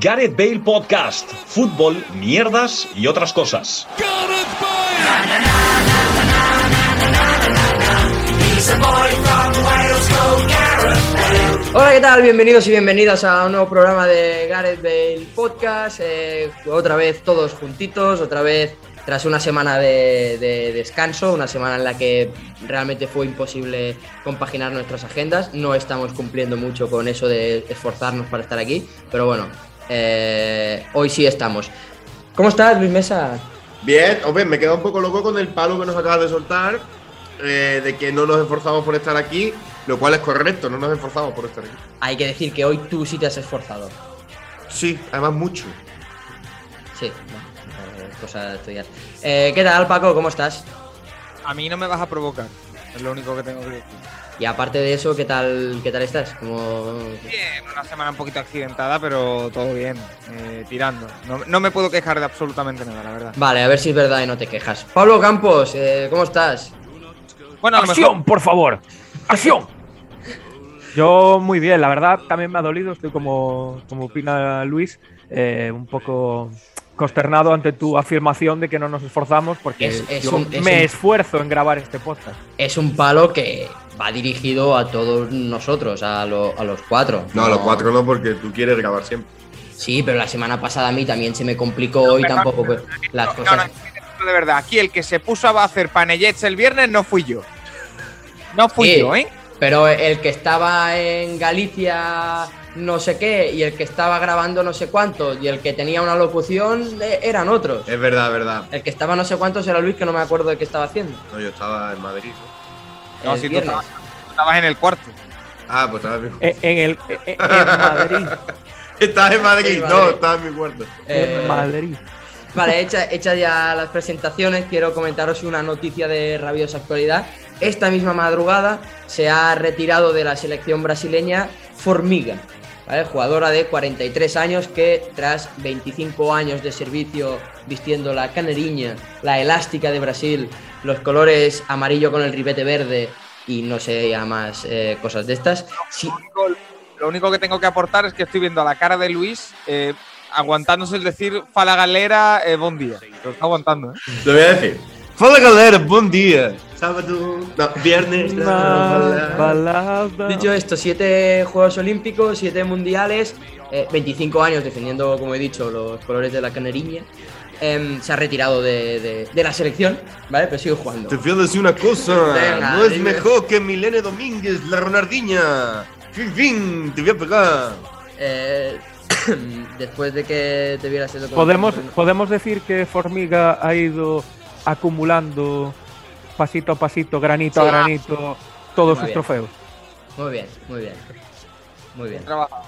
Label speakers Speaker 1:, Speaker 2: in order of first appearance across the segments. Speaker 1: Gareth Bale Podcast, fútbol, mierdas y otras cosas.
Speaker 2: Hola, ¿qué tal? Bienvenidos y bienvenidas a un nuevo programa de Gareth Bale Podcast. Eh, otra vez todos juntitos, otra vez tras una semana de, de descanso, una semana en la que realmente fue imposible compaginar nuestras agendas. No estamos cumpliendo mucho con eso de esforzarnos para estar aquí, pero bueno, eh, hoy sí estamos. ¿Cómo estás, Luis Mesa?
Speaker 3: Bien, hombre, me he quedado un poco loco con el palo que nos acabas de soltar, eh, de que no nos esforzamos por estar aquí, lo cual es correcto, no nos esforzamos por estar aquí.
Speaker 2: Hay que decir que hoy tú sí te has esforzado.
Speaker 3: Sí, además mucho.
Speaker 2: Sí, bueno, eh, cosa de estudiar. Eh, ¿Qué tal, Paco? ¿Cómo estás?
Speaker 4: A mí no me vas a provocar, es lo único que tengo que decir.
Speaker 2: Y aparte de eso, ¿qué tal, qué tal estás? Como...
Speaker 4: Bien, una semana un poquito accidentada, pero todo bien, eh, tirando. No, no me puedo quejar de absolutamente nada, la verdad.
Speaker 2: Vale, a ver si es verdad y no te quejas. Pablo Campos, eh, ¿cómo estás?
Speaker 4: Bueno, a lo mejor-
Speaker 5: ¡Acción, por favor! ¡Acción! Yo muy bien, la verdad también me ha dolido, estoy como, como opina Luis, eh, un poco consternado ante tu afirmación de que no nos esforzamos porque
Speaker 2: Es- es
Speaker 5: yo
Speaker 2: un- es
Speaker 5: me
Speaker 2: un-
Speaker 5: esfuerzo en grabar este podcast.
Speaker 2: Es un palo que va dirigido a todos nosotros, a, lo- a los cuatro.
Speaker 3: No, los cuatro no, porque tú quieres grabar siempre.
Speaker 2: Sí, pero la semana pasada a mí también se me complicó y
Speaker 4: pero-
Speaker 2: tampoco pues, las
Speaker 4: No,
Speaker 2: cosas...
Speaker 4: no, no, de verdad, aquí el que se puso a hacer panellets el viernes no fui yo. No fui
Speaker 2: Sí.
Speaker 4: yo, ¿eh?
Speaker 2: Pero el que estaba en Galicia no sé qué y el que estaba grabando no sé cuántos y el que tenía una locución eh, eran otros.
Speaker 3: Es verdad, es verdad.
Speaker 2: El que estaba no sé cuántos era Luis que no me acuerdo de qué estaba haciendo.
Speaker 3: No, yo estaba en Madrid. ¿no?
Speaker 4: No,
Speaker 2: el
Speaker 4: si tú
Speaker 2: viernes.
Speaker 4: estabas, tú estabas en el cuarto.
Speaker 3: Ah, pues estaba en mi
Speaker 5: Eh, En, el, eh, eh, en Madrid.
Speaker 3: Estás en Madrid,
Speaker 2: Sí,
Speaker 3: no,
Speaker 2: Madrid.
Speaker 3: estaba en mi cuarto.
Speaker 2: Eh,
Speaker 5: En Madrid.
Speaker 2: Vale, hecha- hechas ya las presentaciones, quiero comentaros una noticia de rabiosa actualidad. Esta misma madrugada se ha retirado de la selección brasileña Formiga, ¿vale? jugadora de 43 años que tras 25 años de servicio vistiendo la caneriña, la elástica de Brasil, los colores amarillo con el ribete verde y no sé ya más eh, cosas de estas, sí,
Speaker 4: Lo único- Lo único que tengo que aportar es que estoy viendo a la cara de Luis eh, aguantándose el decir Fala Galera, eh, buen día. Lo está aguantando, ¿eh?
Speaker 3: Lo voy a decir. Hola, galera, buen día. Sábado, no, viernes.
Speaker 5: Una balada.
Speaker 2: Dicho esto, siete Juegos Olímpicos, siete Mundiales, eh, 25 años defendiendo, como he dicho, los colores de la caneriña. Em, se ha retirado de, de- de la selección, ¿vale? Pero sigue jugando.
Speaker 3: Te fío decir una cosa.
Speaker 2: Venga,
Speaker 3: no es
Speaker 2: dime.
Speaker 3: mejor que Milene Domínguez, la Ronardiña. Fin, fin, te voy a pegar.
Speaker 2: Eh, después de que te vieras el documental,
Speaker 5: ¿Podemos,
Speaker 2: ¿no?
Speaker 5: podemos decir que Formiga ha ido acumulando pasito a pasito, granito
Speaker 2: Sí.
Speaker 5: a granito, todos
Speaker 2: Muy
Speaker 5: sus
Speaker 2: bien.
Speaker 5: trofeos.
Speaker 2: Muy bien, muy bien. Muy bien.
Speaker 4: Trabaja.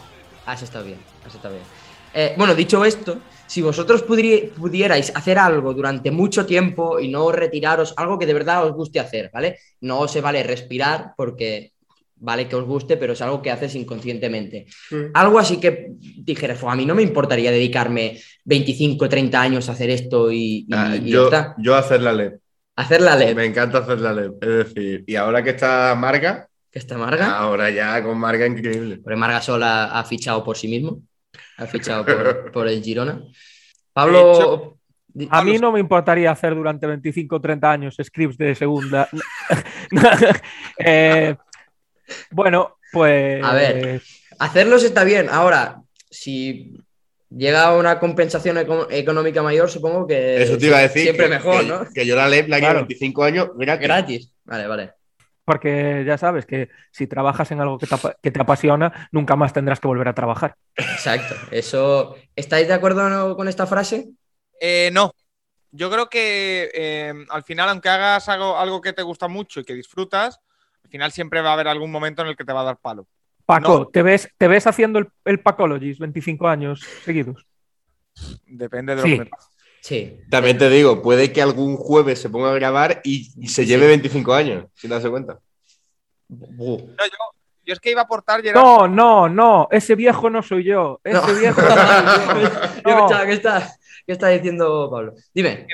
Speaker 2: Has estado Ah, bien, has estado bien. Eh, bueno, dicho esto, si vosotros pudri- pudierais hacer algo durante mucho tiempo y no retiraros, algo que de verdad os guste hacer, ¿vale? No se vale respirar porque vale que os guste, pero es algo que haces inconscientemente. Algo así que dijeras, "Fua, a mí no me importaría dedicarme 25, 30 años a hacer esto y, y-
Speaker 3: Ah,
Speaker 2: y ya
Speaker 3: yo,
Speaker 2: está.
Speaker 3: yo hacer la LED.
Speaker 2: Hacer la LED,
Speaker 3: Me encanta hacer la LED. Es decir, y ahora que está Marga,
Speaker 2: que está Marga,
Speaker 3: ahora ya con Marga increíble.
Speaker 2: porque Marga sola ha fichado por sí mismo, ha fichado por, por el Girona. Pablo... di-
Speaker 5: A mí no me importaría hacer durante 25 o 30 años scripts de segunda. Eh, bueno, pues.
Speaker 2: A ver. Hacerlos está bien. Ahora, si llega a una compensación eco- económica mayor, supongo que
Speaker 3: Eso te iba a decir.
Speaker 2: Eh, siempre
Speaker 3: que-
Speaker 2: mejor,
Speaker 3: que-
Speaker 2: ¿no?
Speaker 3: Que yo la LED la que
Speaker 5: Claro.
Speaker 3: 25 años, mira que
Speaker 2: Gratis. Vale, vale.
Speaker 5: Porque ya sabes que si trabajas en algo que te, apa- que te apasiona, nunca más tendrás que volver a trabajar.
Speaker 2: Exacto. Eso. ¿Estáis de acuerdo no- con esta frase?
Speaker 4: Eh, no. Yo creo que eh, al final, aunque hagas algo, algo que te gusta mucho y que disfrutas, al final siempre va a haber algún momento en el que te va a dar palo.
Speaker 5: Paco,
Speaker 4: No.
Speaker 5: ¿te, ves, ¿te ves haciendo el, el Pacologist 25 años seguidos?
Speaker 4: Depende de lo
Speaker 5: Sí.
Speaker 4: que me pase.
Speaker 2: Sí.
Speaker 3: También te digo, puede que algún jueves se ponga a grabar y, y se lleve 25 años, sin darse cuenta.
Speaker 2: Bu.
Speaker 4: No, yo, yo es que iba a aportar, Gerard,
Speaker 5: No, no, no, ese viejo no soy yo. Ese
Speaker 2: No.
Speaker 5: viejo no soy yo.
Speaker 2: Yo
Speaker 5: No.
Speaker 2: pensaba, ¿qué está, qué está diciendo Pablo? Dime.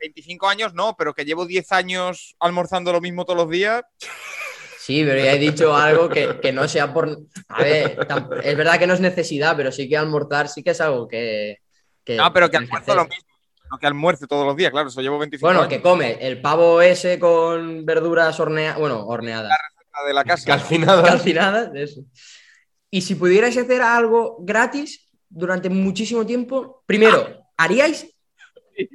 Speaker 4: 25 años no, pero que llevo 10 años almorzando lo mismo todos los días.
Speaker 2: Sí, pero ya he dicho algo que, que no sea por. A ver, tam- es verdad que no es necesidad, pero sí que almorzar sí que es algo que. que
Speaker 4: No, pero que
Speaker 2: tienes
Speaker 4: almuerzo lo
Speaker 2: hacer.
Speaker 4: mismo. No que almuerce todos los días, claro, eso llevo 25
Speaker 2: Bueno,
Speaker 4: años
Speaker 2: que come el pavo ese con verduras horneadas. Bueno, horneadas.
Speaker 4: de la
Speaker 3: Que al
Speaker 4: casa.
Speaker 3: final.
Speaker 2: calcinadas, de eso. Y si pudierais hacer algo gratis durante muchísimo tiempo, primero, ¿haríais?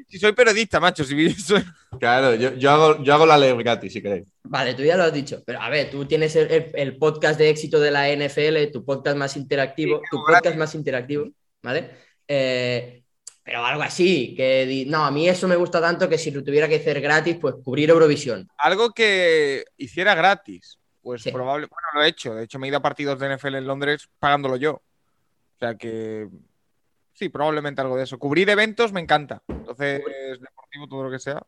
Speaker 4: Si soy periodista, macho, si soy-
Speaker 3: Claro, yo, yo hago, yo hago la ley gratis, si queréis.
Speaker 2: Vale, tú ya lo has dicho, pero a ver, tú tienes el, el- el podcast de éxito de la NFL, tu podcast más interactivo,
Speaker 4: Sí,
Speaker 2: tu
Speaker 4: algo
Speaker 2: podcast
Speaker 4: gratis.
Speaker 2: más interactivo, ¿vale? Eh, pero algo así, que di- no, a mí eso me gusta tanto que si lo tuviera que hacer gratis, pues cubrir Eurovisión.
Speaker 4: algo que hiciera gratis. Pues
Speaker 2: Sí.
Speaker 4: probable, bueno, lo he hecho. De hecho, me he ido a partidos de NFL en Londres pagándolo yo. O sea que sí, probablemente algo de eso. Cubrir eventos me encanta. Entonces, deportivo, todo lo que sea.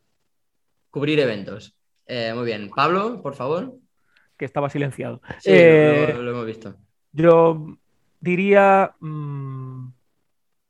Speaker 2: Cubrir eventos. Eh, muy bien, Pablo, por favor.
Speaker 5: que estaba silenciado.
Speaker 2: Sí,
Speaker 5: Eh,
Speaker 2: lo- lo- lo hemos visto.
Speaker 5: Yo diría, mm,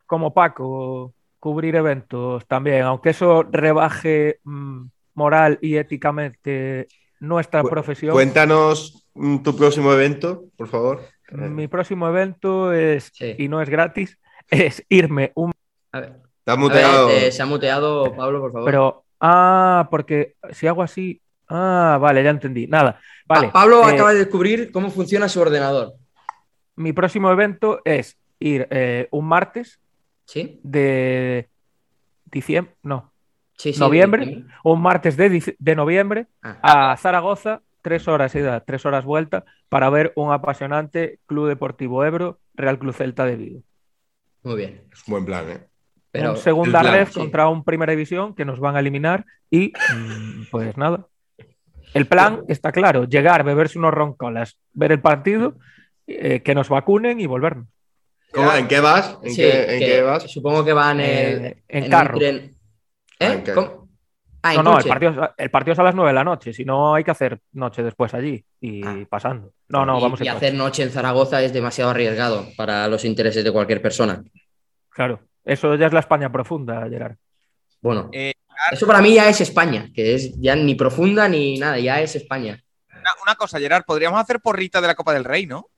Speaker 5: como Paco, cubrir eventos también, aunque eso rebaje mm, moral y éticamente nuestra
Speaker 3: Cu-
Speaker 5: profesión.
Speaker 3: Cuéntanos mm, tu próximo evento, por favor.
Speaker 5: Mi próximo evento es,
Speaker 2: Sí.
Speaker 5: y no es gratis, es irme un...
Speaker 2: A ver,
Speaker 3: Estás
Speaker 2: a ver,
Speaker 3: muteado.
Speaker 2: eh, se ha muteado Pablo, por favor.
Speaker 5: Pero, ah, porque si hago así... Ah, vale, ya entendí. Nada, vale.
Speaker 2: Pa- Pablo
Speaker 5: eh,
Speaker 2: acaba de descubrir cómo funciona su ordenador.
Speaker 5: Mi próximo evento es ir eh, un martes
Speaker 2: ¿Sí?
Speaker 5: de diciembre, no,
Speaker 2: Sí, sí,
Speaker 5: ¿Noviembre?
Speaker 2: diciembre.
Speaker 5: un martes de, dic- de noviembre
Speaker 2: Ah.
Speaker 5: a Zaragoza, tres horas ida, tres horas vuelta, para ver un apasionante Club Deportivo Ebro, Real Club Celta de Vigo.
Speaker 2: Muy bien.
Speaker 3: Es un buen plan, ¿eh?
Speaker 2: Pero
Speaker 5: un segunda
Speaker 3: el plan,
Speaker 5: red
Speaker 2: sí.
Speaker 5: contra un Primera División que nos van a eliminar y mm, pues nada. El plan está claro, llegar, beberse unos roncolas, ver el partido, eh, que nos vacunen y volvernos.
Speaker 3: ¿Cómo? ¿En qué vas? ¿En,
Speaker 2: sí,
Speaker 3: qué, en
Speaker 2: que
Speaker 3: qué vas?
Speaker 2: Supongo que van en,
Speaker 5: Eh,
Speaker 2: en
Speaker 5: en
Speaker 2: un
Speaker 5: carro.
Speaker 2: tren. ¿Eh?
Speaker 3: Ah, en carro.
Speaker 2: ¿Cómo? Ah, en
Speaker 5: No, no, el
Speaker 2: coche.
Speaker 5: partido, es a- el partido es a las 9 de la noche, si no hay que hacer noche después allí y
Speaker 2: Ah.
Speaker 5: pasando. No, no,
Speaker 2: Y-
Speaker 5: vamos
Speaker 2: y,
Speaker 5: en coche.
Speaker 2: hacer noche en Zaragoza es demasiado arriesgado para los intereses de cualquier persona.
Speaker 5: Claro, eso ya es la España profunda, Gerard.
Speaker 2: Bueno,
Speaker 4: Eh,
Speaker 2: eso para mí ya es España, que es ya ni profunda ni nada, ya es España.
Speaker 4: Una, una cosa, Gerard, podríamos hacer porrita de la Copa del Rey, ¿no?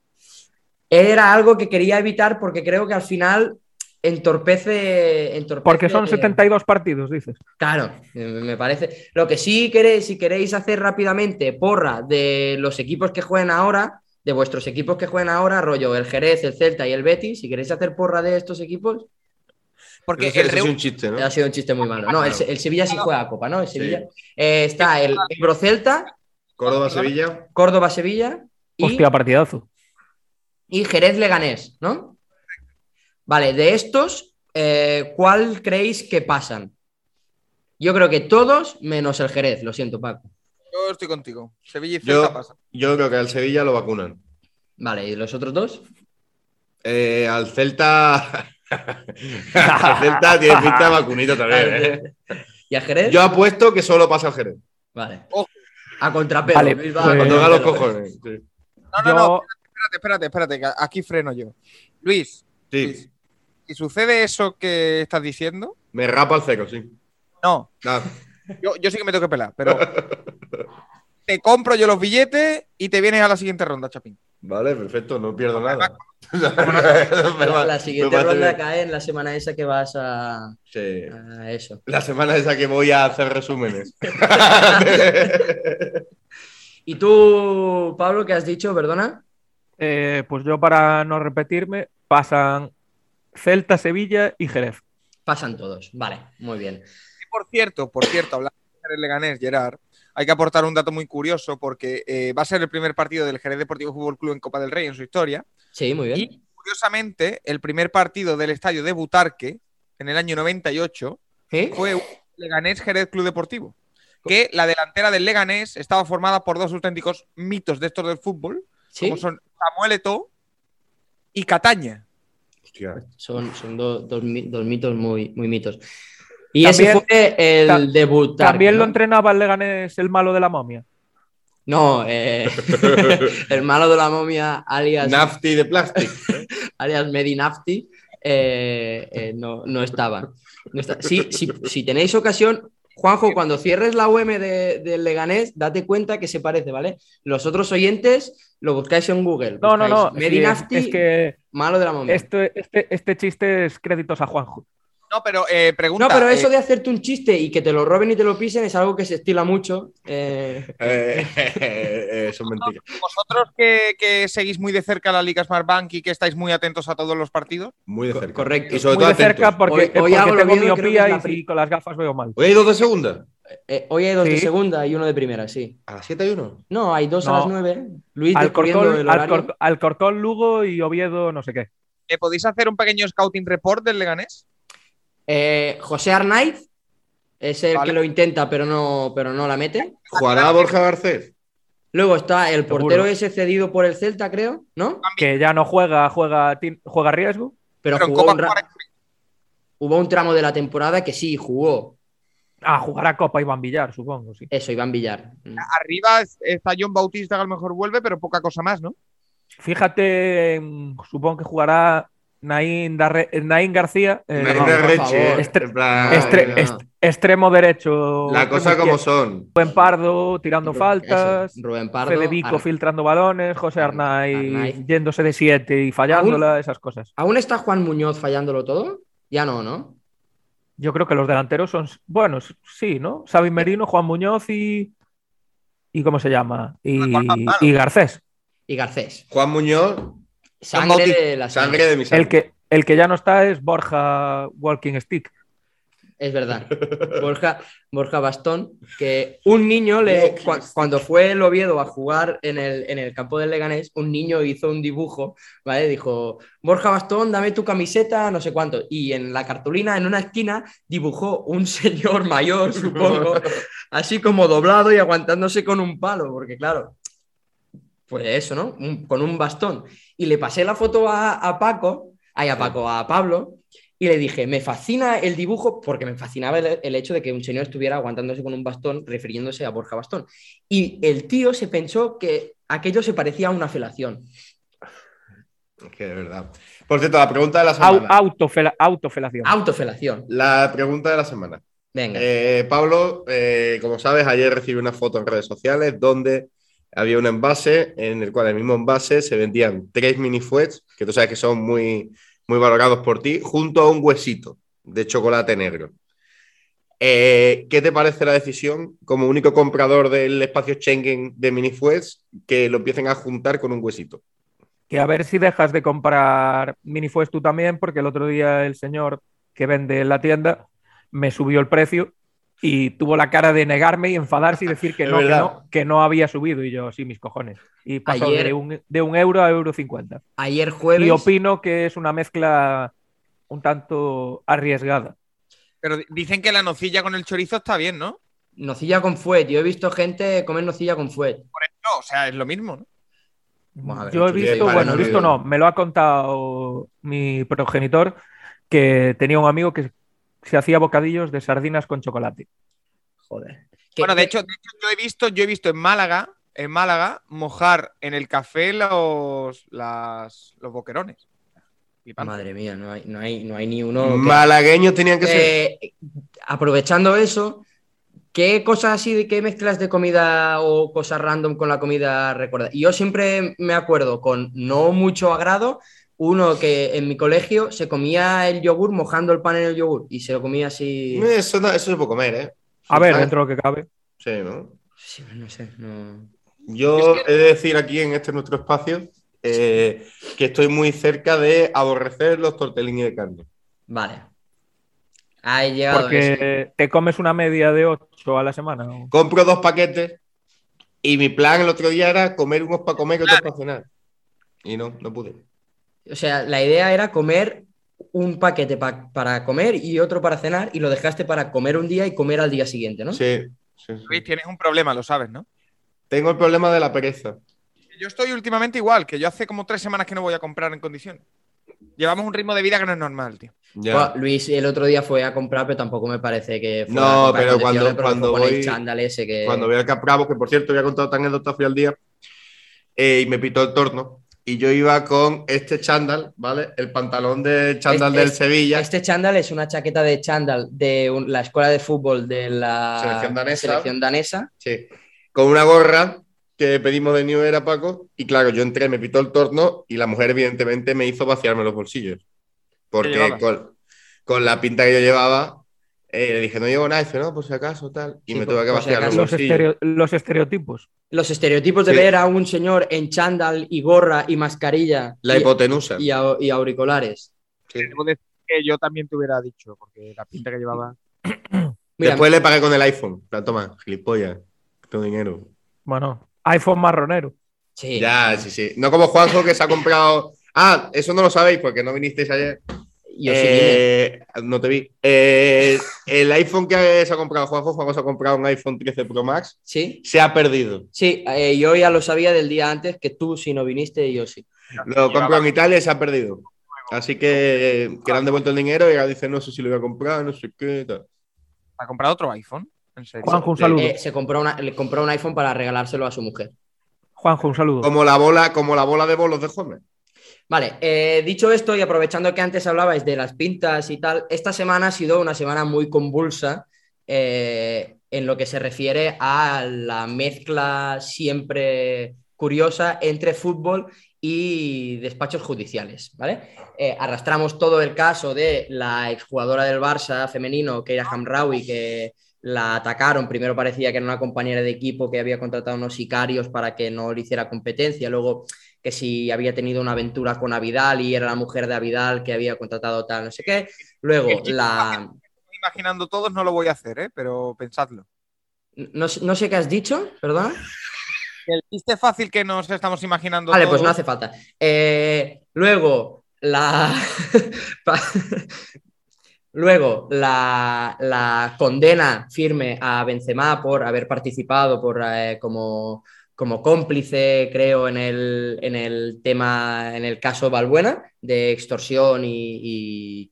Speaker 2: Era algo que quería evitar porque creo que al final entorpece. entorpece
Speaker 5: Porque son
Speaker 2: eh,
Speaker 5: 72 partidos, dices.
Speaker 2: Claro, eh, me parece. Lo que sí queréis, si queréis hacer rápidamente porra de los equipos que juegan ahora, de vuestros equipos que juegan ahora, rollo el Jerez, el Celta y el Betis, si queréis hacer porra de estos equipos,
Speaker 4: Porque
Speaker 3: Eso-
Speaker 4: el
Speaker 3: eso es
Speaker 4: Reus-
Speaker 3: un chiste, ¿no?
Speaker 2: ha sido un chiste muy malo. No, el, Se- el Sevilla sí juega a Copa, ¿no? El Sevilla. Eh, está el Ebro-Celta,
Speaker 3: Córdoba-Sevilla.
Speaker 2: Córdoba-Sevilla y,
Speaker 5: Hostia, partidazo.
Speaker 2: y Jerez-Leganés, ¿no? Vale, de estos, eh, ¿cuál creéis que pasan? Yo creo que todos menos el Jerez, lo siento, Paco.
Speaker 4: yo estoy contigo. Sevilla y Celta
Speaker 3: Yo,
Speaker 4: pasa.
Speaker 3: yo creo que al Sevilla lo vacunan.
Speaker 2: Vale, ¿y los otros dos?
Speaker 3: Eh, al Celta. al Celta tiene pinta de vacunito también, ¿eh?
Speaker 2: ¿Y a Jerez?
Speaker 3: Yo apuesto que solo pasa al Jerez.
Speaker 2: Vale.
Speaker 4: Ojo.
Speaker 2: A contrapelo.
Speaker 5: Vale,
Speaker 2: Luis va a
Speaker 5: pues-
Speaker 3: Cuando haga
Speaker 2: contrapelo.
Speaker 3: los cojones. Sí.
Speaker 4: No, no,
Speaker 5: Yo-
Speaker 4: no, espérate, espérate, espérate, que aquí freno yo. Luis,
Speaker 3: Sí,
Speaker 4: si sucede eso que estás diciendo,
Speaker 3: me rapa el cero, sí.
Speaker 4: no,
Speaker 3: Ah,
Speaker 4: Yo, yo sí que me tengo que pelar, pero. Te compro yo los billetes y te vienes a la siguiente ronda, Chapín.
Speaker 3: vale, perfecto, no pierdo nada. Me
Speaker 2: La,
Speaker 3: va-
Speaker 2: la siguiente
Speaker 3: me parece
Speaker 2: ronda
Speaker 3: bien.
Speaker 2: cae en la semana esa que vas a,
Speaker 3: Sí.
Speaker 2: a eso.
Speaker 3: La semana esa que voy a hacer resúmenes.
Speaker 2: ¿Y tú, Pablo, qué has dicho? Perdona.
Speaker 5: Eh, pues yo, para no repetirme, pasan Celta, Sevilla y Jerez.
Speaker 2: Pasan todos. Vale, muy bien.
Speaker 4: Y por cierto, por cierto, hablando del Leganés, Gerard, hay que aportar un dato muy curioso porque eh, va a ser el primer partido del Jerez Deportivo Fútbol Club en Copa del Rey en su historia.
Speaker 2: Sí, muy bien.
Speaker 4: Curiosamente, el primer partido del estadio de Butarque en el año 98
Speaker 2: ¿Eh?
Speaker 4: fue un Leganés Jerez Club Deportivo. Que la delantera del Leganés estaba formada por dos auténticos mitos de estos del fútbol,
Speaker 2: Sí.
Speaker 4: como son Samuel Eto'o y Cataña.
Speaker 3: Hostia.
Speaker 2: Son, son do- dos, mi- dos mitos muy, muy mitos. Y ese
Speaker 5: También-
Speaker 2: fue el
Speaker 5: ta-
Speaker 2: debut.
Speaker 5: También lo
Speaker 2: ¿no?
Speaker 5: entrenaba el Leganés, el malo de la momia.
Speaker 2: No, eh, el malo de la momia, alias,
Speaker 3: Nafti de plástico.
Speaker 2: alias Medi Nafti, eh, eh, no, no estaba. No está- Sí, si, si tenéis ocasión, Juanjo, cuando cierres la UM de- del Leganés, date cuenta que se parece, ¿vale? Los otros oyentes lo buscáis en Google.
Speaker 5: No, no, no.
Speaker 2: buscáis
Speaker 5: sí, es,
Speaker 2: Medinafti,
Speaker 5: es que
Speaker 2: malo de la momia.
Speaker 5: este, este, este chiste es créditos a Juanjo.
Speaker 4: No, pero eh, pregunta.
Speaker 2: No, pero eso
Speaker 4: eh,
Speaker 2: de hacerte un chiste y que te lo roben y te lo pisen es algo que se estila mucho. eh,
Speaker 3: Eh, eh, eso es mentira.
Speaker 4: Vosotros que, que seguís muy de cerca la Liga Smart Bank y que estáis muy atentos a todos los partidos.
Speaker 3: Muy de cerca.
Speaker 2: correcto.
Speaker 3: Y sobre
Speaker 5: Muy
Speaker 3: todo
Speaker 5: de cerca
Speaker 3: atentos.
Speaker 5: porque,
Speaker 2: Hoy-
Speaker 5: eh,
Speaker 2: hoy
Speaker 5: porque
Speaker 2: hago lo
Speaker 5: tengo
Speaker 2: mismo, creo que es
Speaker 5: miopía
Speaker 2: la
Speaker 5: y,
Speaker 2: pri-
Speaker 5: si con las gafas veo mal.
Speaker 3: Hoy hay dos de segunda.
Speaker 2: eh, hoy hay dos de
Speaker 5: Sí.
Speaker 2: segunda y uno de primera, sí.
Speaker 3: A las 7 hay uno.
Speaker 2: No, hay dos
Speaker 5: No.
Speaker 2: a las nueve. Luis descubriendo
Speaker 5: Alcorcón,
Speaker 2: el horario.
Speaker 5: Alcor- Alcorcón, Lugo y Oviedo, no sé qué.
Speaker 4: ¿Le podéis hacer un pequeño scouting report del Leganés?
Speaker 2: Eh, José Arnaiz es el
Speaker 4: Vale.
Speaker 2: que lo intenta, pero no, pero no la mete.
Speaker 3: ¿Jugará Borja Garcés?
Speaker 2: Luego está el
Speaker 5: Seguro.
Speaker 2: portero ese cedido por el Celta, creo, ¿no?
Speaker 5: Que ya no juega, juega, ti- juega riesgo.
Speaker 2: Pero
Speaker 4: Pero en
Speaker 2: jugó
Speaker 4: Copa
Speaker 2: un, ra-
Speaker 4: jugará-
Speaker 2: hubo un tramo de la temporada que sí jugó.
Speaker 5: Ah, jugará Copa Iván Villar, supongo, sí.
Speaker 2: Eso, Iván Villar. Mm.
Speaker 4: Arriba está John Bautista, que a lo mejor vuelve, pero poca cosa más, ¿no?
Speaker 5: Fíjate, mm, supongo que jugará Naín, Darre- Naín García, eh,
Speaker 3: Nadie
Speaker 2: no,
Speaker 3: de
Speaker 2: por
Speaker 3: reche,
Speaker 2: favor.
Speaker 3: eh.
Speaker 5: Estre-
Speaker 3: En plan,
Speaker 5: estre-
Speaker 3: no.
Speaker 5: est- extremo derecho.
Speaker 3: La cosa
Speaker 5: extremo
Speaker 3: como
Speaker 5: izquierdo,
Speaker 3: son.
Speaker 5: Rubén Pardo tirando
Speaker 2: Ru-
Speaker 5: faltas,
Speaker 2: eso, Rubén Pardo.
Speaker 5: Federico
Speaker 2: Ar-
Speaker 5: filtrando balones, José
Speaker 2: Ar-
Speaker 5: Arnaiz
Speaker 2: Arnaiz.
Speaker 5: yéndose de 7 y fallándola, esas cosas.
Speaker 2: ¿Aún está Juan Muñoz fallándolo todo? Ya no, ¿no?
Speaker 5: Yo creo que los delanteros son, buenos, sí, ¿no? Xavi Merino, Juan Muñoz y... ¿Y cómo se llama? Y, y Garcés,
Speaker 2: Y Garcés.
Speaker 3: Juan Muñoz,
Speaker 2: Sangre
Speaker 3: Bautista.
Speaker 2: de la
Speaker 3: sangre de mi
Speaker 5: el
Speaker 3: sangre.
Speaker 5: que, el que ya no está es Borja Walking Stick.
Speaker 2: Es verdad. Borja, Borja Bastón, que un niño, le, cua- cuando fue el Oviedo a jugar en el, en el campo del Leganés, un niño hizo un dibujo, ¿vale? Dijo, Borja Bastón, dame tu camiseta, no sé cuánto. Y en la cartulina, en una esquina, dibujó un señor mayor, supongo, así como doblado y aguantándose con un palo, porque claro, pues eso, ¿no? Un- con un bastón. Y le pasé la foto a, a Paco, ay, a Paco, a Pablo, y le dije, me fascina el dibujo, porque me fascinaba el, el hecho de que un señor estuviera aguantándose con un bastón, refiriéndose a Borja Bastón. Y el tío se pensó que aquello se parecía a una felación.
Speaker 3: Es que de verdad. Por cierto, la pregunta de la
Speaker 5: Au-
Speaker 3: semana.
Speaker 5: autofela- autofelación.
Speaker 2: Autofelación.
Speaker 3: La pregunta de la semana.
Speaker 2: Venga.
Speaker 3: Eh, Pablo, eh, como sabes, ayer recibí una foto en redes sociales donde había un envase en el cual, en el mismo envase, se vendían tres mini fuets, que tú sabes que son muy, muy valorados por ti, junto a un huesito de chocolate negro. Eh, ¿Qué te parece la decisión, como único comprador del espacio Schengen de mini fuets, que lo empiecen a juntar con un huesito?
Speaker 5: Que a ver si dejas de comprar minifues tú también, porque el otro día el señor que vende en la tienda me subió el precio y tuvo la cara de negarme y enfadarse y decir que
Speaker 3: Es
Speaker 5: no, que
Speaker 3: verdad.
Speaker 5: no, que no había subido. Y yo, sí, mis cojones. Y pasó
Speaker 2: Ayer-
Speaker 5: de, un, de un euro a euro cincuenta.
Speaker 2: Ayer
Speaker 5: Y
Speaker 2: jueves.
Speaker 5: opino que es una mezcla un tanto arriesgada.
Speaker 4: Pero di- dicen que la nocilla con el chorizo está bien, ¿no?
Speaker 2: Nocilla con fuet. Yo he visto gente comer nocilla con fuet.
Speaker 4: No, o sea, es lo mismo, ¿no?
Speaker 2: Vamos a ver,
Speaker 5: Yo he
Speaker 2: tú
Speaker 3: dices,
Speaker 5: visto,
Speaker 3: vale,
Speaker 5: bueno,
Speaker 3: no
Speaker 5: he visto
Speaker 3: digo.
Speaker 5: no, me lo ha contado mi progenitor que tenía un amigo que se hacía bocadillos de sardinas con chocolate.
Speaker 2: Joder. Que-
Speaker 4: Bueno, de
Speaker 2: que-
Speaker 4: hecho, de hecho, yo he visto, yo he visto en Málaga, en Málaga, mojar en el café los, las, los boquerones. Flipante.
Speaker 2: Madre mía, no hay, no hay, no hay ni uno. que-
Speaker 3: Malagueños tenían que ser.
Speaker 2: Eh, aprovechando eso, ¿qué cosas así, de qué mezclas de comida o cosas random con la comida recuerda? Yo siempre me acuerdo con no mucho agrado, uno que en mi colegio se comía el yogur mojando el pan en el yogur y se lo comía así.
Speaker 3: Eh, Eso, no- eso se puede comer, ¿eh?
Speaker 5: A ver,
Speaker 3: Ah,
Speaker 5: dentro de lo que cabe.
Speaker 3: Sí, ¿no?
Speaker 2: Sí, no sé, no.
Speaker 3: Yo he de decir aquí en este nuestro espacio eh, que estoy muy cerca de aborrecer los tortellini de carne.
Speaker 2: Vale. Ahí he llegado. ese.
Speaker 5: Porque te comes una media de 8 a la semana. ¿no?
Speaker 3: Compro dos paquetes y mi plan el otro día era comer unos para comer y otros para cenar. Y no, no pude.
Speaker 2: O sea, la idea era comer un paquete pa- para comer y otro para cenar y lo dejaste para comer un día y comer al día siguiente, ¿no?
Speaker 3: Sí, sí, sí.
Speaker 4: Luis, tienes un problema, lo sabes, ¿no?
Speaker 3: Tengo el problema de la pereza.
Speaker 4: Yo estoy últimamente igual, que yo hace como tres semanas que no voy a comprar en condiciones. Llevamos un ritmo de vida que no es normal, tío.
Speaker 2: Bueno, Luis el otro día fue a comprar, pero tampoco me parece que fuera
Speaker 3: No,
Speaker 2: a comprar
Speaker 3: pero
Speaker 2: condiciones, pero
Speaker 3: cuando- cuando
Speaker 2: fue con el
Speaker 3: voy-
Speaker 2: chándal ese que
Speaker 3: Cuando veo al Capravo, que por cierto había contado tan anécdota fui al día, eh, y me eh, pitó el torno. y yo iba con este chándal, ¿vale? El pantalón de chándal
Speaker 2: Este-
Speaker 3: del
Speaker 2: este-
Speaker 3: Sevilla.
Speaker 2: Este chándal es una chaqueta de chándal de un- la escuela de fútbol de la
Speaker 3: Selección danesa.
Speaker 2: selección danesa.
Speaker 3: Sí. Con una gorra que pedimos de New Era Paco. Y claro, yo entré, me pitó el torno y la mujer, evidentemente, me hizo vaciarme los bolsillos. Porque
Speaker 4: llevabas?
Speaker 3: con, con la pinta que yo llevaba, eh, le dije, no llevo nada. Y dice, no, por si acaso, tal. Y
Speaker 2: Sí,
Speaker 3: me
Speaker 2: por-
Speaker 3: tuve que
Speaker 2: por si
Speaker 3: vaciar los
Speaker 2: acaso.
Speaker 5: Los,
Speaker 3: bolsillos.
Speaker 5: estereo- los estereotipos.
Speaker 2: Los estereotipos de
Speaker 3: Sí.
Speaker 2: ver a un señor en chándal y gorra y mascarilla
Speaker 3: La
Speaker 2: y-
Speaker 3: hipotenusa.
Speaker 2: y au- y auriculares.
Speaker 4: Debo decir que yo también te hubiera dicho, porque la pinta que llevaba.
Speaker 2: Mira,
Speaker 3: Después le pagué con el iPhone. La toma, gilipollas. Tu dinero.
Speaker 5: Bueno, iPhone marronero.
Speaker 2: sí.
Speaker 3: Ya, sí, sí. No como Juanjo que se ha comprado. Ah, eso no lo sabéis porque no vinisteis ayer.
Speaker 2: Yo sí vine.
Speaker 3: Eh, no te vi. Eh, el iPhone que se ha comprado Juanjo, Juanjo se ha comprado un iPhone 13 Pro Max,
Speaker 2: Sí,
Speaker 3: se ha perdido.
Speaker 2: sí, eh, yo ya lo sabía del día antes que tú si no viniste y yo sí.
Speaker 3: Lo compró en Italia y se ha perdido. Así que, eh, que le han devuelto el dinero y ahora dice, no sé si lo voy a comprar, no sé qué. Tal.
Speaker 4: ¿Ha comprado otro iPhone? En serio.
Speaker 5: Juanjo, un saludo.
Speaker 2: Eh, se compró una- le compró un iPhone para regalárselo a su mujer.
Speaker 5: Juanjo, un saludo.
Speaker 3: Como la bola, como la bola de bolos de Homer.
Speaker 2: Vale, eh, dicho esto y aprovechando que antes hablabais de las pintas y tal, esta semana ha sido una semana muy convulsa eh, en lo que se refiere a la mezcla siempre curiosa entre fútbol y despachos judiciales, ¿vale? Eh, arrastramos todo el caso de la exjugadora del Barça femenino, Keira Hamraoui, que la atacaron, primero parecía que era una compañera de equipo que había contratado unos sicarios para que no le hiciera competencia, luego que si había tenido una aventura con Avidal y era la mujer de Avidal que había contratado tal, no sé qué. Luego,
Speaker 4: El chico
Speaker 2: la...
Speaker 4: Estoy Imaginando todos, no lo voy a hacer, ¿eh? pero pensadlo.
Speaker 2: No, sé- no sé qué has dicho, perdón.
Speaker 4: El chiste fácil que nos estamos imaginando.
Speaker 2: Vale, pues no
Speaker 4: todos-
Speaker 2: hace falta. Eh, luego, la... pa- Luego, la, la condena firme a Benzema por haber participado por, eh, como, como cómplice, creo, en el, en el tema, en el caso Balbuena, de extorsión y, y-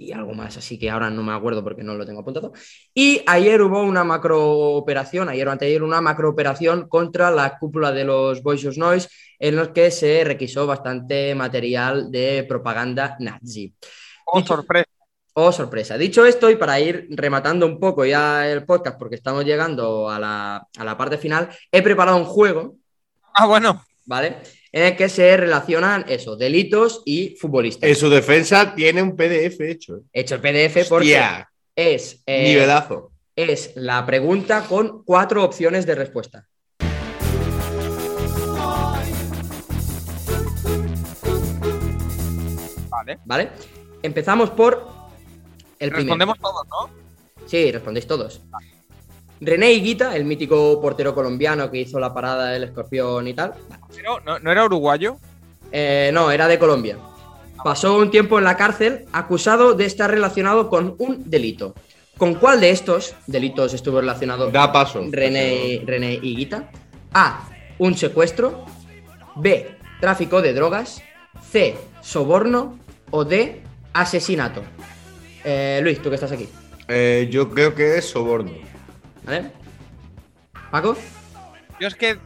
Speaker 2: y algo más. Así que ahora no me acuerdo porque no lo tengo apuntado. Y ayer hubo una macrooperación, ayer o anteayer, una macrooperación contra la cúpula de los Boisos Noise, en los que se requisó bastante material de propaganda nazi.
Speaker 4: Oh, sorpresa.
Speaker 2: Oh, sorpresa. Dicho esto, y para ir rematando un poco ya el podcast, porque estamos llegando a la, a la parte final, he preparado un juego,
Speaker 4: Ah, bueno.
Speaker 2: ¿vale? En el que se relacionan eso, delitos y futbolistas.
Speaker 3: En su defensa tiene un PDF hecho. ¿eh?
Speaker 2: He hecho el PDF porque
Speaker 3: Hostia,
Speaker 2: es, eh,
Speaker 3: nivelazo.
Speaker 2: es la pregunta con cuatro opciones de respuesta.
Speaker 4: Vale.
Speaker 2: ¿Vale? Empezamos por el primero.
Speaker 4: Respondemos todos, ¿no?
Speaker 2: Sí, respondéis todos. René Higuita, el mítico portero colombiano que hizo la parada del escorpión y tal.
Speaker 4: Pero, ¿no, no era uruguayo?
Speaker 2: Eh, no, era de Colombia. Pasó un tiempo en la cárcel acusado de estar relacionado con un delito. ¿Con cuál de estos delitos estuvo relacionado
Speaker 3: Da paso.
Speaker 2: René, René Higuita? A. Un secuestro. B. Tráfico de drogas. C. Soborno. O D. Asesinato. Eh, Luis, tú que estás aquí.
Speaker 3: Eh, yo creo que es soborno.
Speaker 2: ¿Vale? ¿Paco?
Speaker 4: Yo es que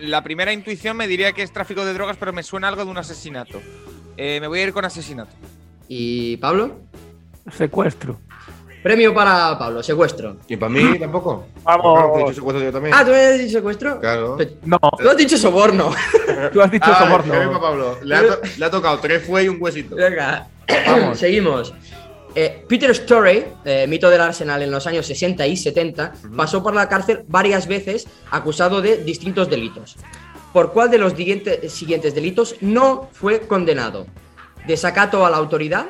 Speaker 4: la primera intuición me diría que es tráfico de drogas, pero me suena algo de un asesinato. Eh, me voy a ir con asesinato.
Speaker 2: ¿Y Pablo?
Speaker 5: Secuestro.
Speaker 2: Premio para Pablo, secuestro.
Speaker 3: ¿Y para mí tampoco?
Speaker 5: Vamos.
Speaker 3: Claro, que he dicho secuestro yo también.
Speaker 2: Ah, ¿tú me has dicho secuestro?
Speaker 3: Claro.
Speaker 2: Pero
Speaker 5: No,
Speaker 2: Tú has dicho soborno.
Speaker 5: tú has dicho
Speaker 3: Ah, que viva
Speaker 5: soborno.
Speaker 3: Pablo. Le ha, to- le ha tocado tres fue y un huesito.
Speaker 2: Venga, seguimos. Eh, Peter Storey, eh, mito del Arsenal en los años 60 y 70, pasó por la cárcel varias veces acusado de distintos delitos. ¿Por cuál de los siguiente- siguientes delitos no fue condenado? Desacato a la autoridad,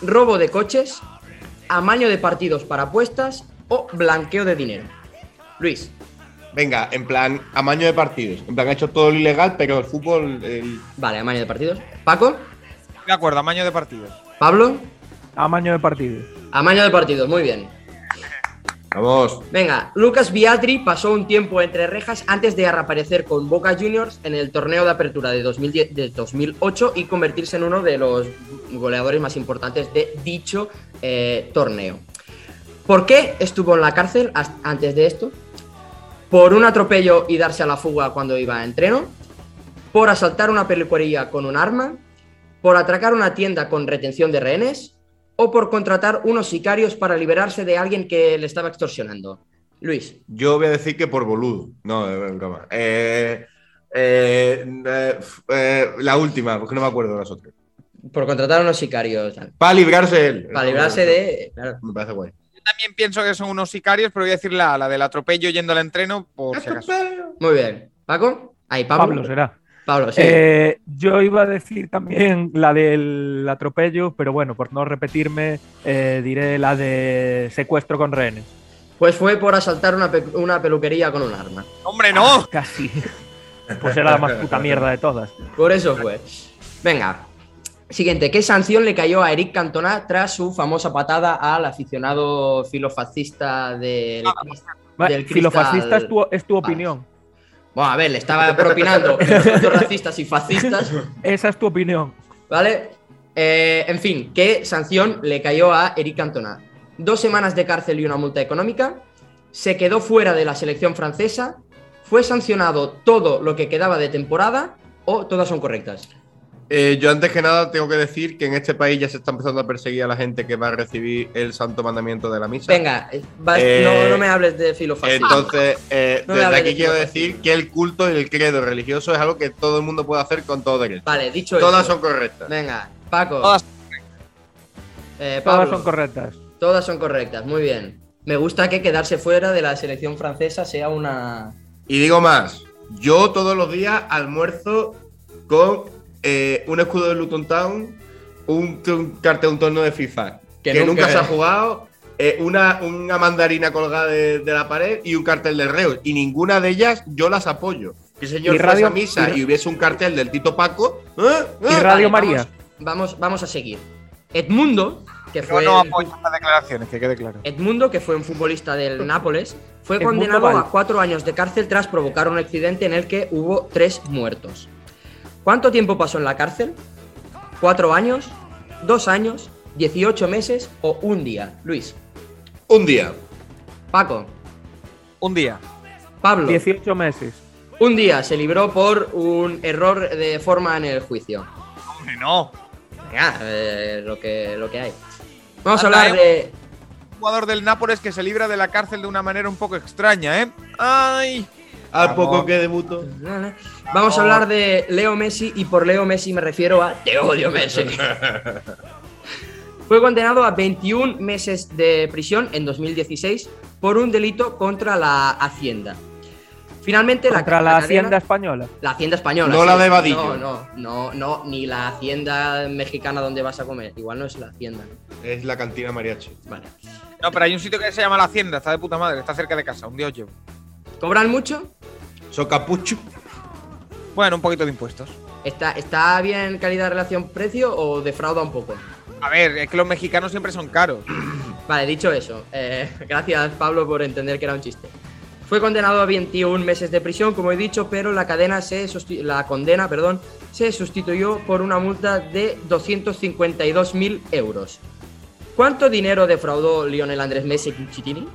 Speaker 2: robo de coches, amaño de partidos para apuestas o blanqueo de dinero. Luis,
Speaker 3: Venga, en plan, amaño de partidos. En plan, ha hecho todo lo ilegal, pero el fútbol. el-
Speaker 2: vale, amaño de partidos. Paco,
Speaker 4: De acuerdo, amaño de partidos.
Speaker 2: Pablo,
Speaker 5: Amaño de partido.
Speaker 2: amaño de partidos, muy bien.
Speaker 3: Vamos.
Speaker 2: Venga, Lucas Biatri pasó un tiempo entre rejas antes de reaparecer con Boca Juniors en el torneo de apertura de, 2010 de 2008 y convertirse en uno de los goleadores más importantes de dicho eh, torneo. ¿Por qué estuvo en la cárcel as- antes de esto? ¿Por un atropello y darse a la fuga cuando iba a entreno? por asaltar una peluquería con un arma, por atracar una tienda con retención de rehenes o por contratar unos sicarios para liberarse de alguien que le estaba extorsionando. Luis,
Speaker 3: Yo voy a decir que por boludo. No, de broma. Eh, eh, eh, f- eh, la última, porque no me acuerdo de las otras.
Speaker 2: por contratar unos sicarios, tal,
Speaker 3: Para librarse de él.
Speaker 2: para librarse de... claro.
Speaker 3: Me parece guay.
Speaker 4: Yo también pienso que son unos sicarios, pero voy a decir la, la del atropello yendo al entreno, por si acaso.
Speaker 2: Muy bien. ¿Paco? Ahí, Pablo.
Speaker 5: Pablo será.
Speaker 2: Pablo, sí.
Speaker 5: Eh, yo iba a decir también la del atropello, pero bueno, por no repetirme, eh, diré la de secuestro con rehenes.
Speaker 2: Pues fue por asaltar una, pe- una peluquería con un arma.
Speaker 4: ¡Hombre, no!
Speaker 5: Casi. Pues era la más puta mierda de todas.
Speaker 2: Por eso fue. Venga. Siguiente, ¿qué sanción le cayó a Eric Cantona tras su famosa patada al aficionado filofascista del...
Speaker 5: Ah. Va,
Speaker 2: Del
Speaker 5: Filofascista
Speaker 2: cristal.
Speaker 5: es tu, es tu
Speaker 2: Vale.
Speaker 5: opinión.
Speaker 2: Bueno, a ver, le estaba propinando insultos racistas y fascistas,
Speaker 5: Esa es tu opinión.
Speaker 2: ¿vale? Eh, en fin, ¿qué sanción le cayó a Eric Cantona? Dos semanas de cárcel y una multa económica, se quedó fuera de la selección francesa, fue sancionado todo lo que quedaba de temporada o todas son correctas.
Speaker 3: Eh, yo antes que nada tengo que decir que en este país ya se está empezando a perseguir a la gente que va a recibir el santo mandamiento de la misa.
Speaker 2: Venga, eh, vas-
Speaker 3: Eh,
Speaker 2: no, no me hables de
Speaker 3: Pues
Speaker 2: filofascismo.
Speaker 3: Entonces, eh,
Speaker 2: No me
Speaker 3: desde
Speaker 2: hables
Speaker 3: aquí
Speaker 2: de
Speaker 3: quiero
Speaker 2: filosofía.
Speaker 3: decir que el culto y el credo religioso es algo que todo el mundo puede hacer con todo derecho.
Speaker 2: Vale, dicho
Speaker 3: Todas
Speaker 2: eso,
Speaker 3: son correctas.
Speaker 2: Venga, Paco.
Speaker 4: Todas-
Speaker 2: Eh,
Speaker 5: Todas
Speaker 2: Pablo,
Speaker 5: son correctas.
Speaker 2: todas son correctas, muy bien. Me gusta que quedarse fuera de la selección francesa sea una...
Speaker 3: Y digo más, yo todos los días almuerzo con eh, un escudo de Luton Town, un, un cartel de un torneo de FIFA
Speaker 2: Que
Speaker 3: que,
Speaker 2: nunca
Speaker 3: nunca, se ha
Speaker 2: ves.
Speaker 3: jugado, eh, una, una mandarina colgada de, de la pared y un cartel de reos. Y ninguna de ellas yo las apoyo. Que señor
Speaker 5: Y
Speaker 3: fuese
Speaker 5: Radio-
Speaker 3: a misa
Speaker 5: y-
Speaker 3: y, hubiese un cartel del Tito Paco. ¿eh?
Speaker 5: Y
Speaker 3: ¿eh?
Speaker 2: vale,
Speaker 5: Radio María.
Speaker 2: Vamos, vamos a seguir. Edmundo, que
Speaker 4: Yo
Speaker 2: fue,
Speaker 4: no apoyo estas declaraciones, que quede claro.
Speaker 2: Edmundo, que fue un futbolista del Nápoles, fue
Speaker 5: Edmundo
Speaker 2: condenado
Speaker 5: Val.
Speaker 2: a cuatro años de cárcel tras provocar un accidente en el que hubo tres muertos. ¿Cuánto tiempo pasó en la cárcel? ¿Cuatro años? ¿Dos años? ¿18 meses o un día? Luis,
Speaker 3: Un día.
Speaker 2: Paco,
Speaker 4: Un día.
Speaker 2: Pablo.
Speaker 5: 18 meses.
Speaker 2: Un día se libró por un error de forma en el juicio.
Speaker 4: ¡Hombre, no!
Speaker 2: Venga, eh, lo, que, lo que hay. Vamos a
Speaker 4: Anda,
Speaker 2: hablar de.
Speaker 4: Un jugador del Nápoles que se libra de la cárcel de una manera un poco extraña, ¿eh? ¡Ay!
Speaker 3: Al
Speaker 4: Vamos.
Speaker 3: poco que debuto. Oh.
Speaker 2: Vamos a hablar de Leo Messi y por Leo Messi me refiero a Te odio Messi. Fue condenado a 21 meses de prisión en 2016 por un delito contra la Hacienda. Finalmente, la
Speaker 5: Contra la
Speaker 2: cadena-
Speaker 5: Hacienda Española.
Speaker 2: La Hacienda española.
Speaker 3: No la de
Speaker 2: No,
Speaker 3: Vadillo.
Speaker 2: no, no, no, ni la Hacienda mexicana donde vas a comer. Igual no es la Hacienda. ¿no?
Speaker 3: Es la cantina mariachi.
Speaker 2: Vale.
Speaker 4: No, pero hay un sitio que se llama La Hacienda, está de puta madre, está cerca de casa, un día os llevo.
Speaker 2: ¿Cobran mucho?
Speaker 3: Socapucho.
Speaker 4: Bueno, un poquito de impuestos.
Speaker 2: ¿Está, está bien calidad relación precio o defrauda un poco?
Speaker 4: A ver, es que los mexicanos siempre son caros.
Speaker 2: Vale, dicho eso, eh, gracias Pablo por entender que era un chiste. Fue condenado a 21 meses de prisión, como he dicho, pero la cadena se susti- la condena, perdón, se sustituyó por una multa de 252.000 euros. ¿Cuánto dinero defraudó Lionel Andrés Messi Cucitini?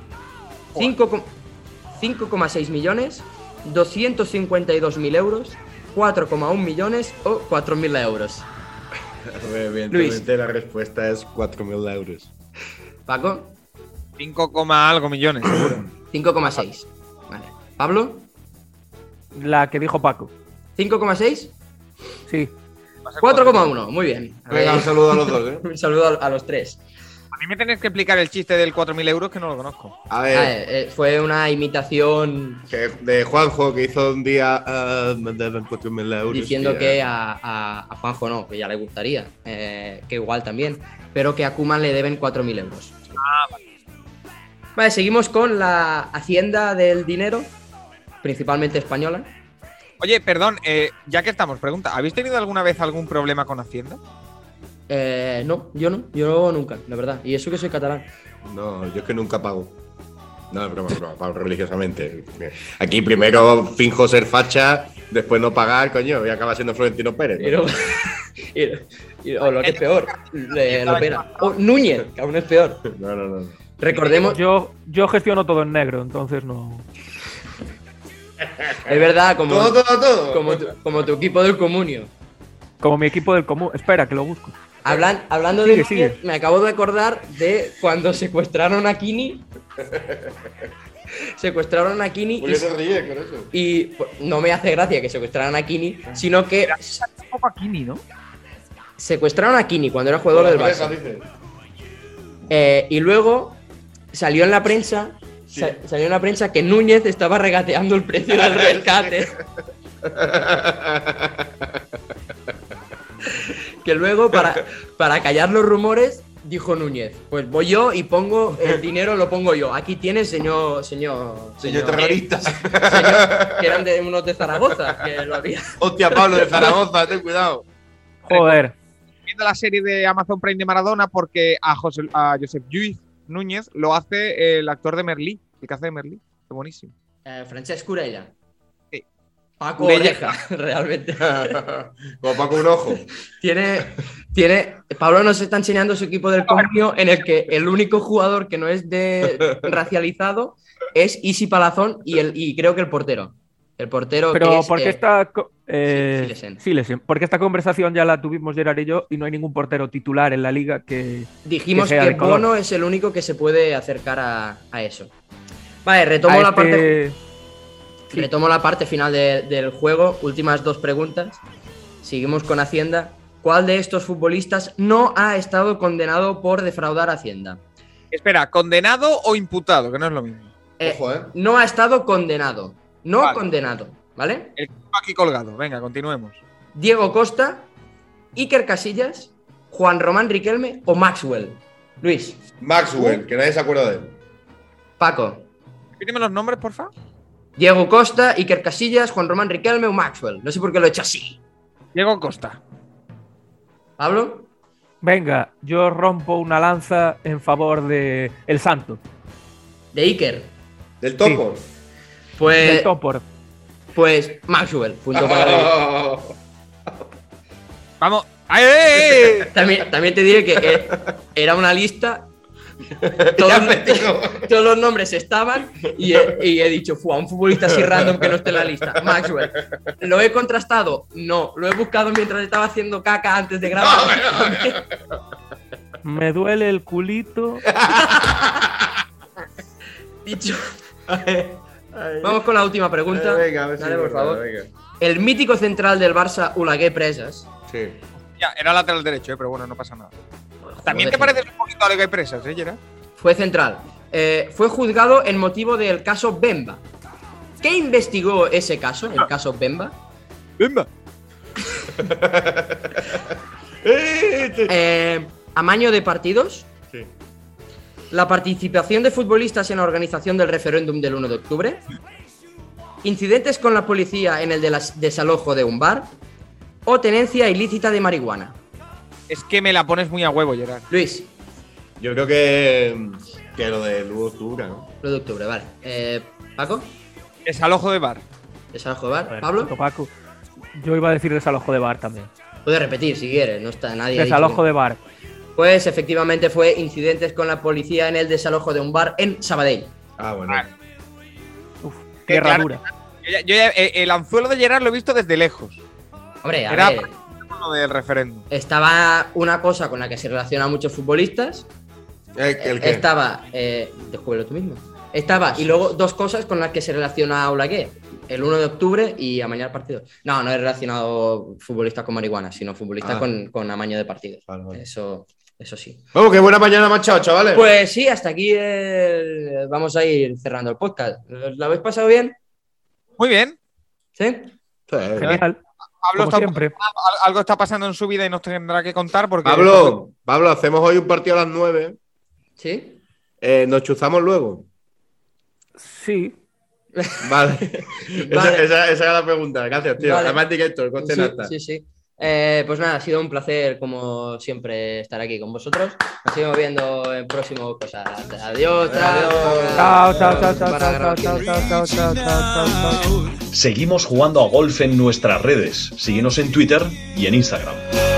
Speaker 2: 5,6 millones, 252.000 euros, 4,1 millones o 4.000 euros.
Speaker 3: Evidentemente la respuesta es 4.000 euros.
Speaker 2: Paco,
Speaker 4: 5, coma algo millones, seguro.
Speaker 2: 5,6. Vale. Pablo,
Speaker 5: La que dijo Paco.
Speaker 2: 5,6.
Speaker 5: Sí.
Speaker 4: Va a ser cuatro.
Speaker 2: 4,1, muy bien. A
Speaker 3: Venga, un
Speaker 2: ver,
Speaker 3: saludo a los dos, ¿eh?
Speaker 2: un saludo a, a los tres.
Speaker 4: A mí me tenéis que explicar el chiste del 4.000 euros que no lo conozco.
Speaker 3: A
Speaker 2: Ah,
Speaker 3: ver.
Speaker 2: eh, eh, fue una imitación
Speaker 3: Que- de Juanjo que hizo un día ah, me daban 4.000 euros,
Speaker 2: diciendo
Speaker 3: tía.
Speaker 2: que a, a- a Juanjo no, que ya le gustaría, eh, que igual también, pero que a Kuman le deben 4.000 euros. Ah, Vale, seguimos con la hacienda del dinero, principalmente española.
Speaker 4: Oye, perdón, eh, ya que estamos, pregunta, ¿habéis tenido alguna vez algún problema con Hacienda?
Speaker 2: Eh, no, yo no, yo nunca, la verdad. Y eso que soy catalán.
Speaker 3: No, yo es que nunca pago. No, es broma, es broma, pago religiosamente. Aquí primero finjo ser facha, después no pagar, coño, y acaba siendo Florentino Pérez.
Speaker 2: Y
Speaker 3: ¿no?
Speaker 2: luego- y- y- o lo que es peor, le- lo pena. O Núñez, que aún es peor.
Speaker 3: No, no, no.
Speaker 2: Recordemos,
Speaker 5: Yo, yo gestiono todo en negro, entonces no.
Speaker 2: Es verdad, como,
Speaker 3: Todo, todo, todo.
Speaker 2: como, tu, como tu equipo del comunio.
Speaker 5: Como mi equipo del común. Espera, que lo busco.
Speaker 2: Hablan, hablando
Speaker 5: Sigue,
Speaker 2: de
Speaker 5: sigue.
Speaker 2: Núñez, me acabo de acordar de cuando secuestraron a Kini. secuestraron a Kini
Speaker 3: ¿Por qué te
Speaker 2: y,
Speaker 3: ríes con eso?
Speaker 2: y, pues, no me hace gracia que secuestraran a Kini, sino que
Speaker 5: Un poco aquí, ¿no?
Speaker 2: secuestraron a Kini cuando era jugador
Speaker 3: Con
Speaker 2: del
Speaker 3: las
Speaker 2: Barça.
Speaker 3: orejas, dice.
Speaker 2: Eh, y luego salió en la prensa, sa- salió en la prensa que Núñez estaba regateando el precio del rescate. que luego, para, para callar los rumores, dijo Núñez, pues voy yo y pongo el dinero, lo pongo yo. Aquí tienes, señor... Señor,
Speaker 3: Señor terrorista.
Speaker 2: señor- que eran de unos de Zaragoza, que lo había.
Speaker 3: Hostia, Pablo de Zaragoza, ten cuidado.
Speaker 5: Joder.
Speaker 4: Viendo la serie de Amazon Prime de Maradona porque a, José, a Joseph Luis Núñez lo hace el actor de Merlí, el que hace de Merlí. Qué buenísimo.
Speaker 2: Eh, Francesc Urella.
Speaker 4: Sí.
Speaker 2: Paco
Speaker 4: Urella.
Speaker 2: Oreja, realmente.
Speaker 3: Como Paco un ojo.
Speaker 2: Tiene, tiene. Pablo nos está enseñando su equipo del comunio en el que el único jugador que no es de racializado es Isi Palazón y el y creo que el portero. El portero que
Speaker 5: Pero
Speaker 2: es,
Speaker 5: ¿por qué
Speaker 2: eh,
Speaker 5: esta. co- eh,
Speaker 2: Silesen.
Speaker 5: Silesen. Porque esta conversación ya la tuvimos Gerard y yo y no hay ningún portero titular en la liga que.
Speaker 2: dijimos
Speaker 5: que sea
Speaker 2: que,
Speaker 5: de color?
Speaker 2: Bono es el único que se puede acercar a, a eso. Vale, retomo
Speaker 5: a
Speaker 2: la
Speaker 5: este-
Speaker 2: parte.
Speaker 5: Sí.
Speaker 2: Retomo la parte final de- del juego. Últimas dos preguntas. Seguimos con Hacienda. ¿Cuál de estos futbolistas no ha estado condenado por defraudar a Hacienda?
Speaker 4: Espera, ¿condenado o imputado? Que no es lo mismo.
Speaker 2: Eh,
Speaker 3: Ojo, eh.
Speaker 2: no ha estado condenado. No
Speaker 4: Vale.
Speaker 2: condenado, ¿vale?
Speaker 4: Aquí colgado. Venga, continuemos.
Speaker 2: Diego Costa, Iker Casillas, Juan Román Riquelme o Maxwell. Luis,
Speaker 3: Maxwell, que nadie se acuerda de él.
Speaker 2: Paco,
Speaker 4: Repíteme los nombres, por favor.
Speaker 2: Diego Costa, Iker Casillas, Juan Román Riquelme o Maxwell. No sé por qué lo he hecho así.
Speaker 4: Diego Costa.
Speaker 2: Pablo,
Speaker 5: Venga, yo rompo una lanza en favor de El Santo,
Speaker 2: de Iker.
Speaker 3: Del topo.
Speaker 5: del
Speaker 2: Pues,
Speaker 5: Topor.
Speaker 2: pues Maxwell. Punto para Luis.
Speaker 4: Vamos. ¡Ay, eh, eh, eh!
Speaker 2: También, también te diré que eh, era una lista.
Speaker 3: Ya
Speaker 2: Todos,
Speaker 3: has metido.
Speaker 2: todos los nombres estaban y he, y he dicho, fue un futbolista así random que no esté en la lista, Maxwell. ¿Lo he contrastado? No. ¿Lo he buscado mientras estaba haciendo caca antes de grabar?
Speaker 5: Me duele el culito.
Speaker 2: Dicho. Vamos con la última pregunta.
Speaker 3: Eh, Venga, a ver si
Speaker 2: Dale,
Speaker 3: es
Speaker 2: por
Speaker 3: verdad,
Speaker 2: favor.
Speaker 3: venga.
Speaker 2: El mítico central del Barça, Ulagué Presas.
Speaker 3: Sí.
Speaker 4: Ya, era lateral derecho, eh, pero bueno, no pasa nada. También
Speaker 2: Joder,
Speaker 4: te pareces un poquito a Lega y Presas, ¿eh, Gerard?
Speaker 2: Fue central. Eh, fue juzgado en motivo del caso Bemba. ¿Qué investigó ese caso, el caso Bemba?
Speaker 4: Venga.
Speaker 2: Eh, amaño de partidos.
Speaker 3: Sí.
Speaker 2: La participación de futbolistas en la organización del referéndum del 1 de octubre. Incidentes con la policía en el delas- desalojo de un bar. O tenencia ilícita de marihuana.
Speaker 4: Es que me la pones muy a huevo, Gerard.
Speaker 2: Luis,
Speaker 3: Yo creo que, que lo de Lugo dura, ¿no?
Speaker 2: 1 de octubre, vale. Eh, Paco,
Speaker 4: Desalojo de bar.
Speaker 2: desalojo de bar.
Speaker 5: Joder,
Speaker 2: Pablo,
Speaker 5: puto Paco. Yo iba a decir desalojo de bar también.
Speaker 2: puedes repetir si quieres, no está nadie. ha dicho
Speaker 5: Desalojo
Speaker 2: que-
Speaker 5: de bar.
Speaker 2: Pues efectivamente fue incidentes con la policía en el desalojo de un bar en Sabadell.
Speaker 3: Ah, bueno.
Speaker 4: Ah.
Speaker 5: Uf,
Speaker 4: Que
Speaker 5: tierra
Speaker 4: claro,
Speaker 5: dura.
Speaker 4: Yo ya- yo ya- eh, el anzuelo de Gerard lo he visto desde lejos.
Speaker 2: Hombre, a
Speaker 4: Era
Speaker 2: ver.
Speaker 4: Lo del referéndum.
Speaker 2: Estaba una cosa con la que se relaciona a muchos futbolistas.
Speaker 3: Eh, ¿El, qué?
Speaker 2: Estaba, eh, descúbrelo tú mismo. Estaba, y luego dos cosas con las que se relaciona a Olagué. El 1 de octubre y amañar partidos. No, no he relacionado futbolistas con marihuana, sino futbolistas
Speaker 3: Ah.
Speaker 2: con, con amaño de partidos.
Speaker 3: Vale, vale.
Speaker 2: Eso, eso sí.
Speaker 3: Vamos, que buena mañana me ha echado, chavales.
Speaker 2: Pues sí, hasta aquí el- vamos a ir cerrando el podcast. ¿Lo habéis pasado bien?
Speaker 4: Muy bien.
Speaker 2: ¿Sí? eh,
Speaker 3: Sí.
Speaker 5: Genial,
Speaker 4: Pablo
Speaker 5: como
Speaker 4: está-
Speaker 5: siempre.
Speaker 4: al- algo está pasando en su vida y nos tendrá que contar porque.
Speaker 3: Pablo, Pablo, hacemos hoy un partido a las 9.
Speaker 2: ¿Sí?
Speaker 3: Eh, nos chuzamos luego.
Speaker 5: Sí.
Speaker 3: Vale. Esa,
Speaker 2: Vale.
Speaker 3: esa- esa era la pregunta. Gracias, tío.
Speaker 2: Vale.
Speaker 3: Además, directo, el coste
Speaker 2: Sí,
Speaker 3: no está.
Speaker 2: sí, sí. Eh, pues nada, ha sido un placer, como siempre, estar aquí con vosotros. Nos seguimos viendo en próximos cosas. Adiós,
Speaker 3: Adiós.
Speaker 5: Chao, chao, chao, chao,
Speaker 2: Para
Speaker 5: chao, chao,
Speaker 2: grabaciones.
Speaker 5: chao, chao, chao, chao, chao, chao.
Speaker 1: Seguimos jugando a golf en nuestras redes. Síguenos en Twitter y en Instagram.